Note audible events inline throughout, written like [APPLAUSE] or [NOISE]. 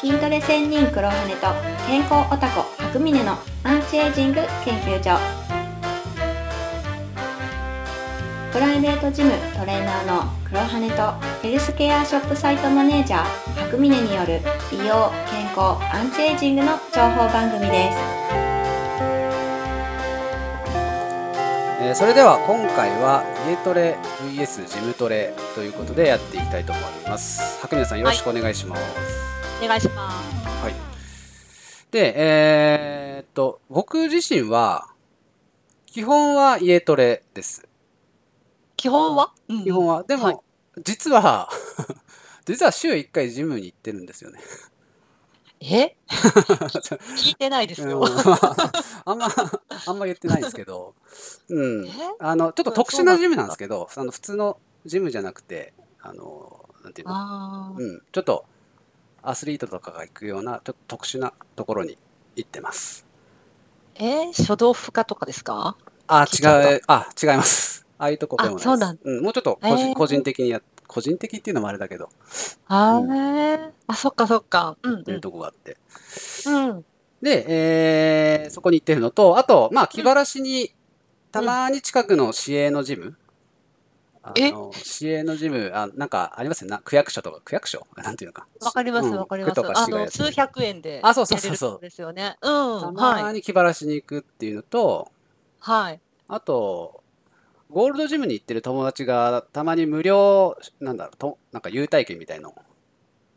筋トレ専任黒羽と健康オタコ白峰のアンチエイジング研究所プライベートジムトレーナーの黒羽とヘルスケアショップサイトマネージャー白峰による美容健康アンチエイジングの情報番組ですえーそれでは今回は家トレ VS ジムトレということでやっていきたいと思います白根さんよろしくお願いします、お願いします。はい。で、えーっと、僕自身は、基本は家トレです。基本は、うん基本は。でも、はい実は、 [LAUGHS] 実は週1回ジムに行ってるんです [LAUGHS] よね。 [LAUGHS] え聞いてないですよ。うん [LAUGHS] まああんま、あんま言ってないんですけど、うんえ。あの、ちょっと特殊なジムなんですけど、あの普通のジムじゃなくて、あの、なんていうのあーうん、ちょっとアスリートとかが行くようなちょっと特殊なところに行ってます。え書道負荷とかですかあ、聞いちゃった違う、あ、違います。ああいうとこでもないです。あそうなんん、もうちょっと個人,、えー個人的にや、個人的っていうのもあれだけど、あうんー、あ、そっかそっか。うん。といううんとこがあって。うん、で、えーそこに行ってるのと、あと、まあ、気晴らしに、たまに近くの市営のジム、あえの市営のジム、あなんかありますよな、区役所とか、区役所なんていうのか。わかりますうんわかりま区す。とかあ市がやの、ってる数百円で。あそうそうそうそうやれるんですよね。うん。たまはい。に気晴らしに行くっていうのと、はい。あと、ゴールドジムに行ってる友達がたまに無料、なんだろう、となんか優待券みたいのを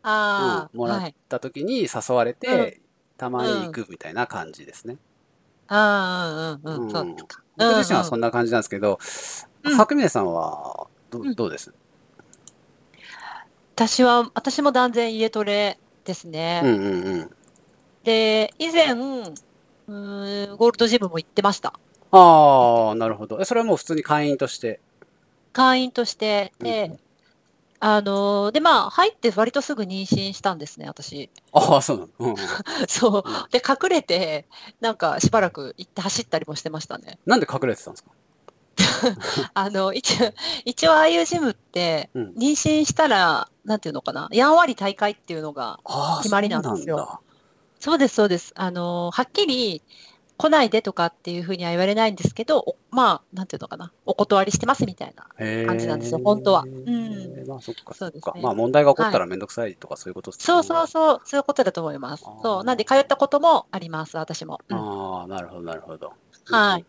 ああ、もらはっい。た時に誘われて、うんたまに行くみたいな感じですね。ああ、うんうんうん。そうですか。僕自身はうんうんそんな感じなんですけど、うん白峰さんはどうんどうです私は、私も断然家トレですね。うんうんうん。で、以前、うーん、ゴールドジムも行ってました。ああ、なるほど。えそれはもう普通に会員として。会員として、うで、あのーで、まあ、入って割とすぐ妊娠したんですね、私。 [LAUGHS] ああ、そうなの。うんうんそううん。で、隠れて、なんか、しばらく行って走ったりもしてましたね。なんで隠れてたんですかあの、一応、一応、ああいうジムって、うん妊娠したら、なんていうのかな、やんわり大会っていうのが、ああ、決まりなんですよそうなんだ。そうです、そうです。あのーはっきり、来ないでとかっていうふうには言われないんですけど、おまあ、なんていうのかな、お断りしてますみたいな。へえ感じなんですよ本当はうんまあ、そっか、そそっうですか。ねまあ、問題が起こったらめんどくさいとかそういうことです。そうそううそう、そういうことだと思いますあー。そう、なんで通ったこともあります、私も。うんああ、なるほど、なるほど。はい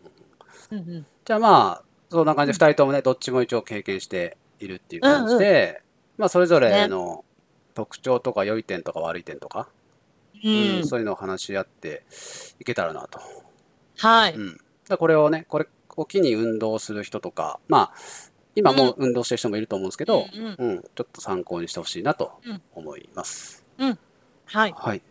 うん。うんうんじゃあまあ、そんな感じで、う2人ともね、どっちも一応経験しているっていう感じで、まあ、それぞれの特徴とか、良い点とか悪い点とか、うんうんそういうのを話し合っていけたらなと。はうい。ん。だこれをね、これを機に運動する人とか、まあ、今もう運動してる人もいると思うんですけど、うんうんうん、ちょっと参考にしてほしいなとうん思います。はい。はい。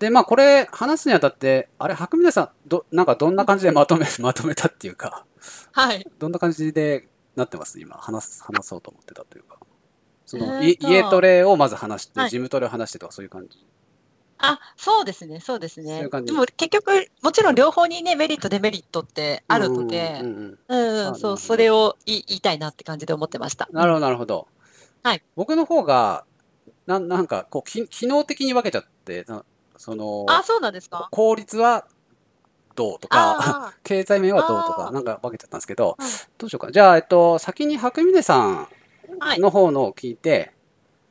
で、まあ、これ、話すにあたって、あれ、白峰さん、ど、なんかどんな感じでまとめ、 [LAUGHS] まとめたっていうか、はい。どんな感じでなってます今、話す、話そうと思ってたというか。その、えーいと家トレをまず話して、はいジムトレを話してとか、そういう感じ。あ、そうですね、そうですそういねう。感じでも結局、もちろん両方にね、メリット、デメリットってあるのうんで、うんうんうんうんうあなるん、そほどう、それを言い言いたいなって感じで思ってました。なるほど、なるほど。はい。僕の方が、なん、なんか、こう、き機能的に分けちゃって、なその、あ、そうなんですか効率はどうとか、ああ、経済面はどうとあか、ーなんか分けちゃったんですけどうん、どうしようか。じゃあ、えっと、先に白峰さはんい。の方のを聞いて、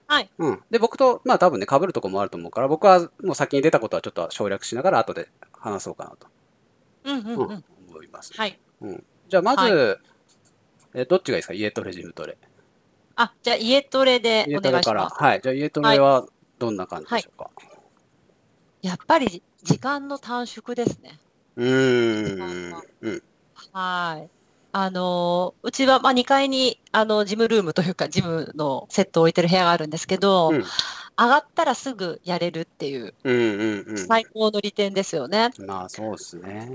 はいうん。で、僕と、まあ多分ね、被るとこもあると思うから、僕はもう先に出たことはちょっと省略しながら、後で話そうかなとうんうんう。うん思います。はい。じゃあ、まず、え、どっちがいいですか家トレ、ジムトレ。あ、じゃあ、家トレで家おト願レいしから。ます。はい。じゃあ、家トレはどんな感じでしょうかやっぱり、時間の短縮ですね。うーん。うん。はい。あのーうちは、まあ、2階に、あの、ジムルームというか、ジムのセットを置いてる部屋があるんですけど、うん上がったらすぐやれるっていう、うんうん最高の利点ですよね。うん。まあ、そうですね。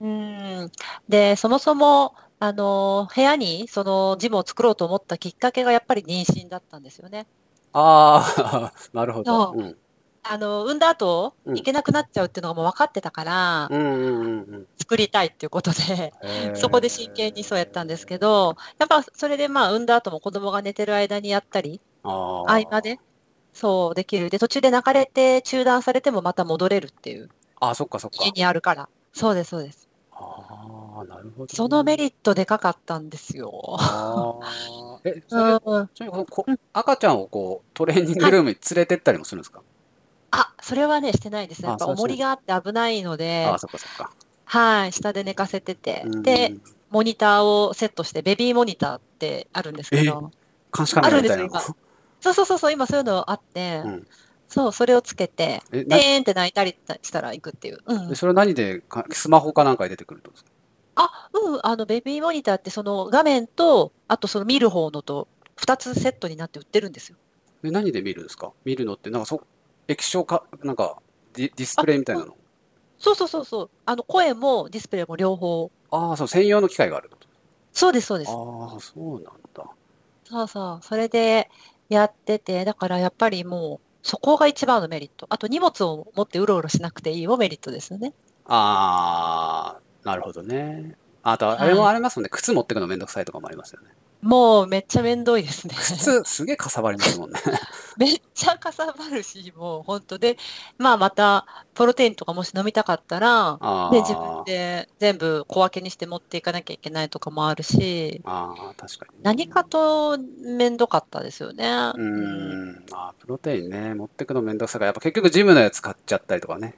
うん。で、そもそも、あのー部屋に、その、ジムを作ろうと思ったきっかけが、やっぱり妊娠だったんですよね。ああ、 [LAUGHS] なるほど。そううん。あの、産んだ後、うん行けなくなっちゃうっていうのがもう分かってたから、うんうんうんうん。作りたいっていうことで、へーそこで真剣にそうやったんですけど、やっぱ、それでまあ、産んだ後も子供が寝てる間にやったり、あー合間で、そうできる。で、途中で泣かれて中断されてもまた戻れるっていう。あ、そっかそっか家。にあるから。そうです、そうです。ああ、なるほどね、そのメリットでかかったんですよ。あーえ、それ、うん。ちなみにこのこうん赤ちゃんをこう、トレーニングルームに連れてったりもするんですか、あ、それはね、してないですね。あやっぱそうそう重りがあって危ないのであ、あ、そっかそっか。はい、下で寝かせててう。んで、、モニターをセットして、ベビーモニターってあるんですけど、監視カメラみたいなのあるんですよそうそうそうそう、今そういうのあって、うんそう、それをつけて、えでなーんって泣いたりしたら行くっていう。うんえ、それは何でか、スマホかなんかで出てくるってことですかあ、うん、あの、ベビーモニターってその画面と、あとその見る方のと、二つセットになって売ってるんですよ。え何で見るんですか見るのって、なんかそ、液晶か、なんかディ、ディスプレイみたいなの。そうそうそうそう。あの、声もディスプレイも両方。ああ、そう、専用の機械があるってこそうです、そうです。と。ああ、そうなんだ。そうそう。それでやってて、だからやっぱりもう、そこが一番のメリット。あと荷物を持ってうろうろしなくていいもメリットですよね。ああ、なるほどね。あと、あれもありますもんね。靴持ってくのめんどくさいとかもありますよね。もうめっちゃめんどいですね。 [LAUGHS] 靴、すげえかさばりますもんね。めっちゃかさばるし、もう本当で、まあまた、プロテインとかもし飲みたかったら、ああ、で、自分で全部小分けにして持っていかなきゃいけないとかもあるし、ああ、確かに。何かと面倒かったですよね。うーん。ああ、プロテインね。持ってくのめんどくさいから、やっぱ結局ジムのやつ買っちゃったりとかね。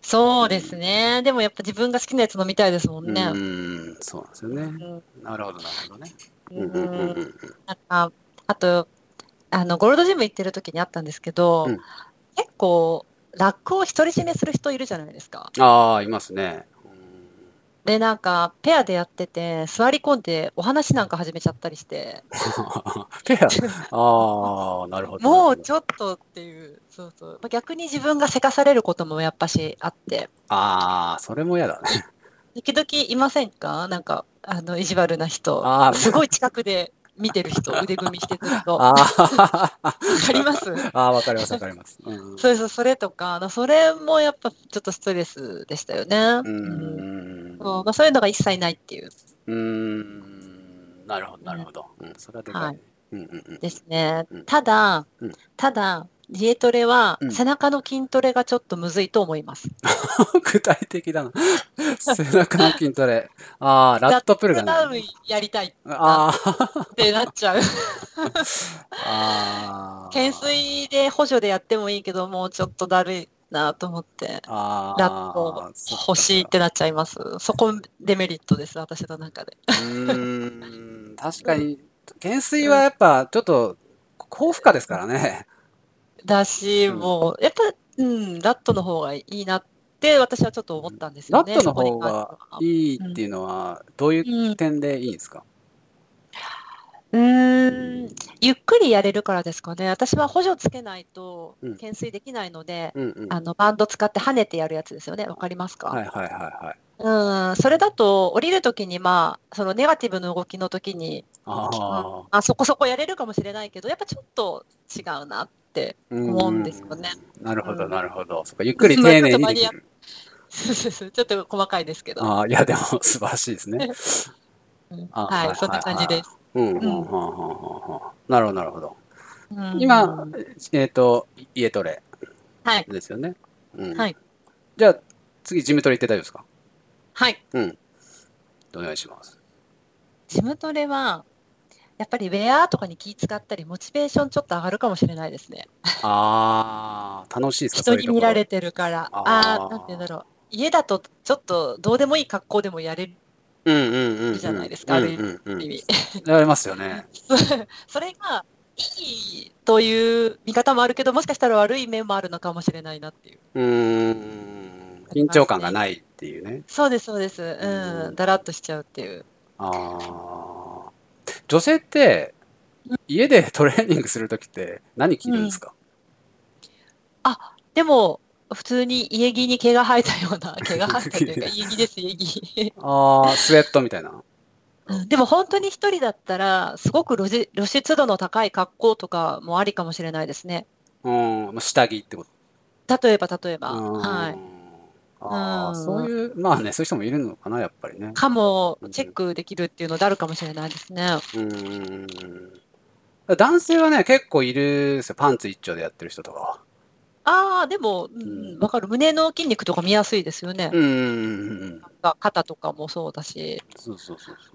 そうですね。でもやっぱ自分が好きなやつ飲みたいですもんうね。ーん、そうなんですよね。うんなるほど、なるほどね。ううんんうんうんうん。なんか、あと、あの、ゴールドジム行ってる時にあったんですけど、うん結構、ラックを独り占めする人いるじゃないですか。ああ、いますね。うん [LAUGHS] で、なんか、ペアでやってて、座り込んでお話なんか始めちゃったりして、ペア、ああ、なるほど。なるもうほどちょっとっていう、そうそう。まあ逆に自分がせかされることもやっぱしあって、ああ、それも嫌だね。時々いませんかなんか、あの、意地悪な人。あーすごい近くで見てる人、腕組みしてくると。[LAUGHS] わあーかりますあー、わかります、わかります。うんうんそうそう、それとか、あのそれもやっぱちょっとストレスでしたよね。うーうんん。そうまあ、そういうのが一切ないっていううーん。なるほど、なるほど。うん、それはでかいね。うんうん [LAUGHS] うん。ですねうん。ただうん、ただ、ディエトレはうん背中の筋トレがちょっとむずいと思います。具体的だな。背中の筋トレ。ああ、ラットプルがダウない。ンやりたいあーってなっ [LAUGHS] ちゃう。あー。懸垂で補助でやってもいいけど、もうちょっとだるいなと思って、ああ。ラットそっか欲しいってなっちゃいます。そこデメリットです、私の中で。うーん。確かに、懸垂はやっぱちょっと高負荷ですからね。だし、うんもう、やっぱ、うん、ラットの方がいいなって、私はちょっと思ったんですよラね。ットのそこに方関がいいっていうのは、どういううん点でいいんですかうーん、ゆっくりやれるからですかね。私は補助つけないとうん懸垂できないので、うんうん。あはいのバンド使って跳ねてやるやつですよね。わかりますか、はいはいはい。うん、それだと降りるときに、まあ、そのネガティブの動きのときに、ああ。あ、そこそこやれるかもしれないけど、やっぱちょっと違うな [LAUGHS] って。思うんですよねうん。なるほど、うんなるほど。そっか、ゆっくり丁寧にできまあちょっとマニアッる。ちょっと細かいですけど。ああ、いや、でも、素晴らしいですね。うんあははいい、そんな感じです。うん、うん、んうん、うん、うんうん。なるほど、なるほど。うん今、えっ、と、家トレはい、ですよね。うん。はい。じゃあ、次、ジムトレ行って大丈夫ですかはい。うん。お願いします。ジムトレは、やっぱりウェアとかに気使ったり、モチベーションちょっと上がるかもしれないですね。ああ、楽しいですか人に見られて。てるから、ああーあー、なんて言うんだろう。家だとちょっとどうでもいい格好でもやれるうん、うん、うん。いいじゃないですかうあん、るうん、意味うん。 [LAUGHS] 意味。やれますよね。それが、いいという見方もあるけど、もしかしたら悪い面もあるのかもしれないなっていう。うーん。緊張感がないっていうね。そうです、そうです。ううんん、だらっとしちゃうっていう。ああ。女性って、家でトレーニングするときって何着るんですか、でも、普通に家着に毛が生えたような、 [LAUGHS] 毛が生えたというか、家着です、家着。ああ、スウェットみたいな。うんでも本当に一人だったら、すごく露出露出度の高い格好とかもありかもしれないですね。うん、まあ下着ってこと。例えば、例えば。うんはい。ああ、うんそういう、まあね、そういう人もいるのかな、やっぱりね。かもチェックできるっていうのであるかもしれないですね。うーん。ら男性はね、結構いるんですよ。パンツ一丁でやってる人とかは。ああ、でも、うん、わかる。胸の筋肉とか見やすいですよね。うんうんうんうん。なんか肩とかもそうだし。そうそうそうそ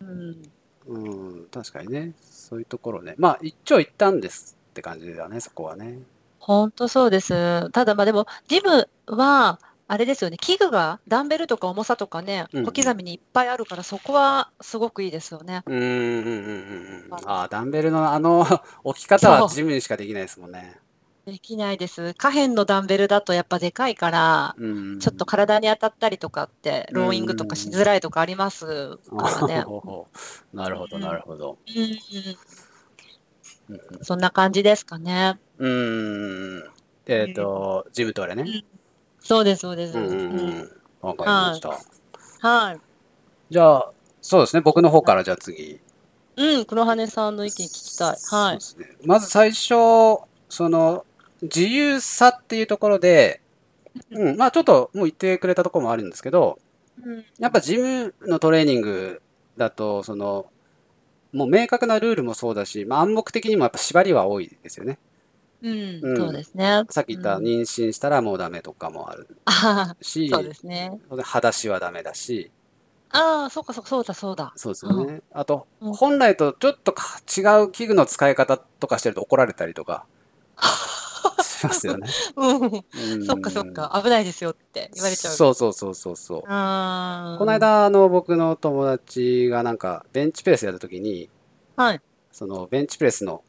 うん。う。うん、確かにね。そういうところね。まあ、一丁行ったんですって感じだね、そこはね。本当そうです。ただまあでも、ジムは、あれですよね、器具が、ダンベルとか重さとかね、うん小刻みにいっぱいあるから、そこはすごくいいですよね。うんうんうんうんうん。ああ、ダンベルのあの [LAUGHS] 置き方はジムにしかできないですもんね。できないです。下辺のダンベルだとやっぱでかいから、うん。ちょっと体に当たったりとかって、ローイングとかしづらいとかありますからね。 [LAUGHS] ほうほうなるほど、なるほど。うんうんうんそんな感じですかね。うん。うんえっと、ジムトレね。そうです、そうです。うんうんううんん。わかりました。はい。じゃあ、そうですね。僕の方からじゃあ次。うん、黒羽さんの意見聞きたい。はい。そうですねまず最初、その、自由さっていうところで、うん、まあちょっともう言ってくれたところもあるんですけど、うんやっぱジムのトレーニングだと、その、もう明確なルールもそうだし、まあ暗黙的にもやっぱ縛りは多いですよね。ううんん、そうですね。さっき言ったうん妊娠したらもうダメとかもあるあし、ーそうですね。当然裸足はダメだし、ああ、そうか、そうか、そうだ、そうだ。そうですよね。あと、うん本来とちょっとか違う器具の使い方とかしてると怒られたりとかしますよね。うん、うん [LAUGHS] そっか、そっ。か、危ないですよって言われちゃう。そうそうそうそうそう。ああ。この、間、あの、僕の友達がなんか、ベンチプレスやった時に、はい。その、ベンチプレスの、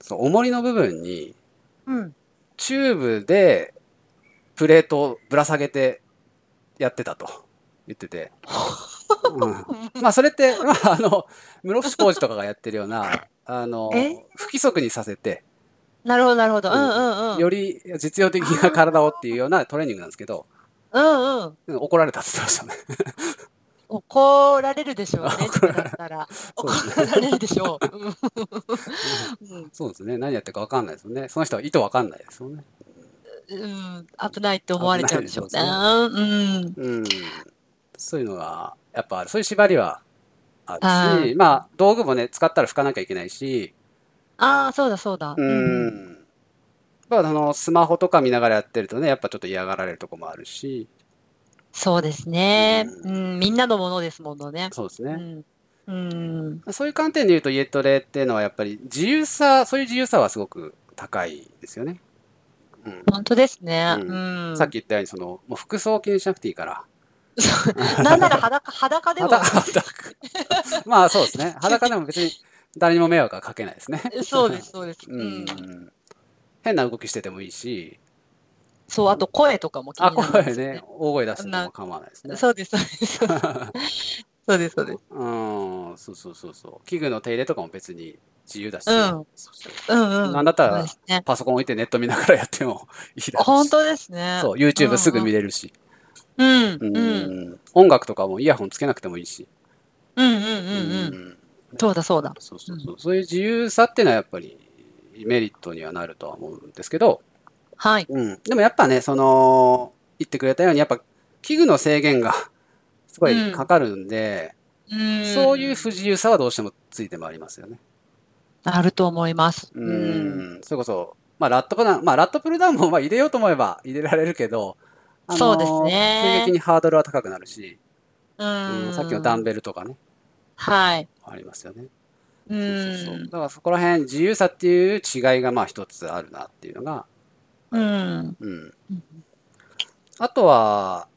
その、重りの部分に、うん。チューブで、プレートをぶら下げて、やってたと言ってて。うんまあ、それって、まあ、あの、室伏工事とかがやってるような、あのえ、不規則にさせて、なるほど、なるほど。ううんん、うん、うん。より実用的な体をっていうようなトレーニングなんですけど、うん、うん。うん怒られたって言ってましたね。怒られるでしょうね、 [LAUGHS] 怒怒られられたら。そうですね怒られるでしょう。うん [LAUGHS] うんそうですね。何やってるか分かんないですよね。その人は意図分かんないですよね。うん、危ないって思われちゃうでしょう危ね。うん。うん。そういうのが、やっぱある。そういう縛りはあるはし、まあ、道具もね、使ったら拭かなきゃいけないし、ああ、そうだ、そうだ。ううんうんん。まあ、あの、スマホとか見ながらやってるとね、やっぱちょっと嫌がられるとこもあるし、そうですね。ううん、みんなのものですものね。そうですうね。ん。うん。そういう観点で言うと、家トレっていうのはやっぱり自由さ、そういう自由さはすごく高いですよね。うん。本当ですね。ううん。さっき言ったように、その、もう服装気にしなくていいから。なんなら裸、裸でも、裸、 [LAUGHS] 裸。まあそうですね。裸でも別に誰にも迷惑はかけないですね。そうです、そうです。ううんん。。変な動きしててもいいし、そう、あと声とかも気あ、になる声んですよね、大声出してても構わないですね。そうです、そ [LAUGHS] うです。そうです、そうです。うん、そうそうそうそう。器具の手入れとかも別に自由だし、うんそうそううんうん。なんだったらそうですね。パソコン置いてネット見ながらやってもいいだろうし本当ですね。そう、YouTube すぐ見れるし、うん。うん。ううんん音楽とかもイヤホンつけなくてもいいし、うんうんうん。そうだ、そうだ。そうそうそう、そういう自由さっていうのはやっぱりメリットにはなるとは思うんですけど、はい。うん、でもやっぱねその言ってくれたようにやっぱ器具の制限が [LAUGHS] すごいかかるんで、うん。そういう不自由さはどうしてもついてまいりますよね。なると思います。う。ん、それこそ、まあ、ラットプルダウン、まあ、ラットプルダウンもまあ入れようと思えば入れられるけど、あのーそうですね急激にハードルは高くなるし、ううんん。さっきのダンベルとかね、はい。ありますよね。うそうそうそうんだ。からそこら辺自由さっていう違いがまあ一つあるなっていうのが、うん。うんうん。あとは、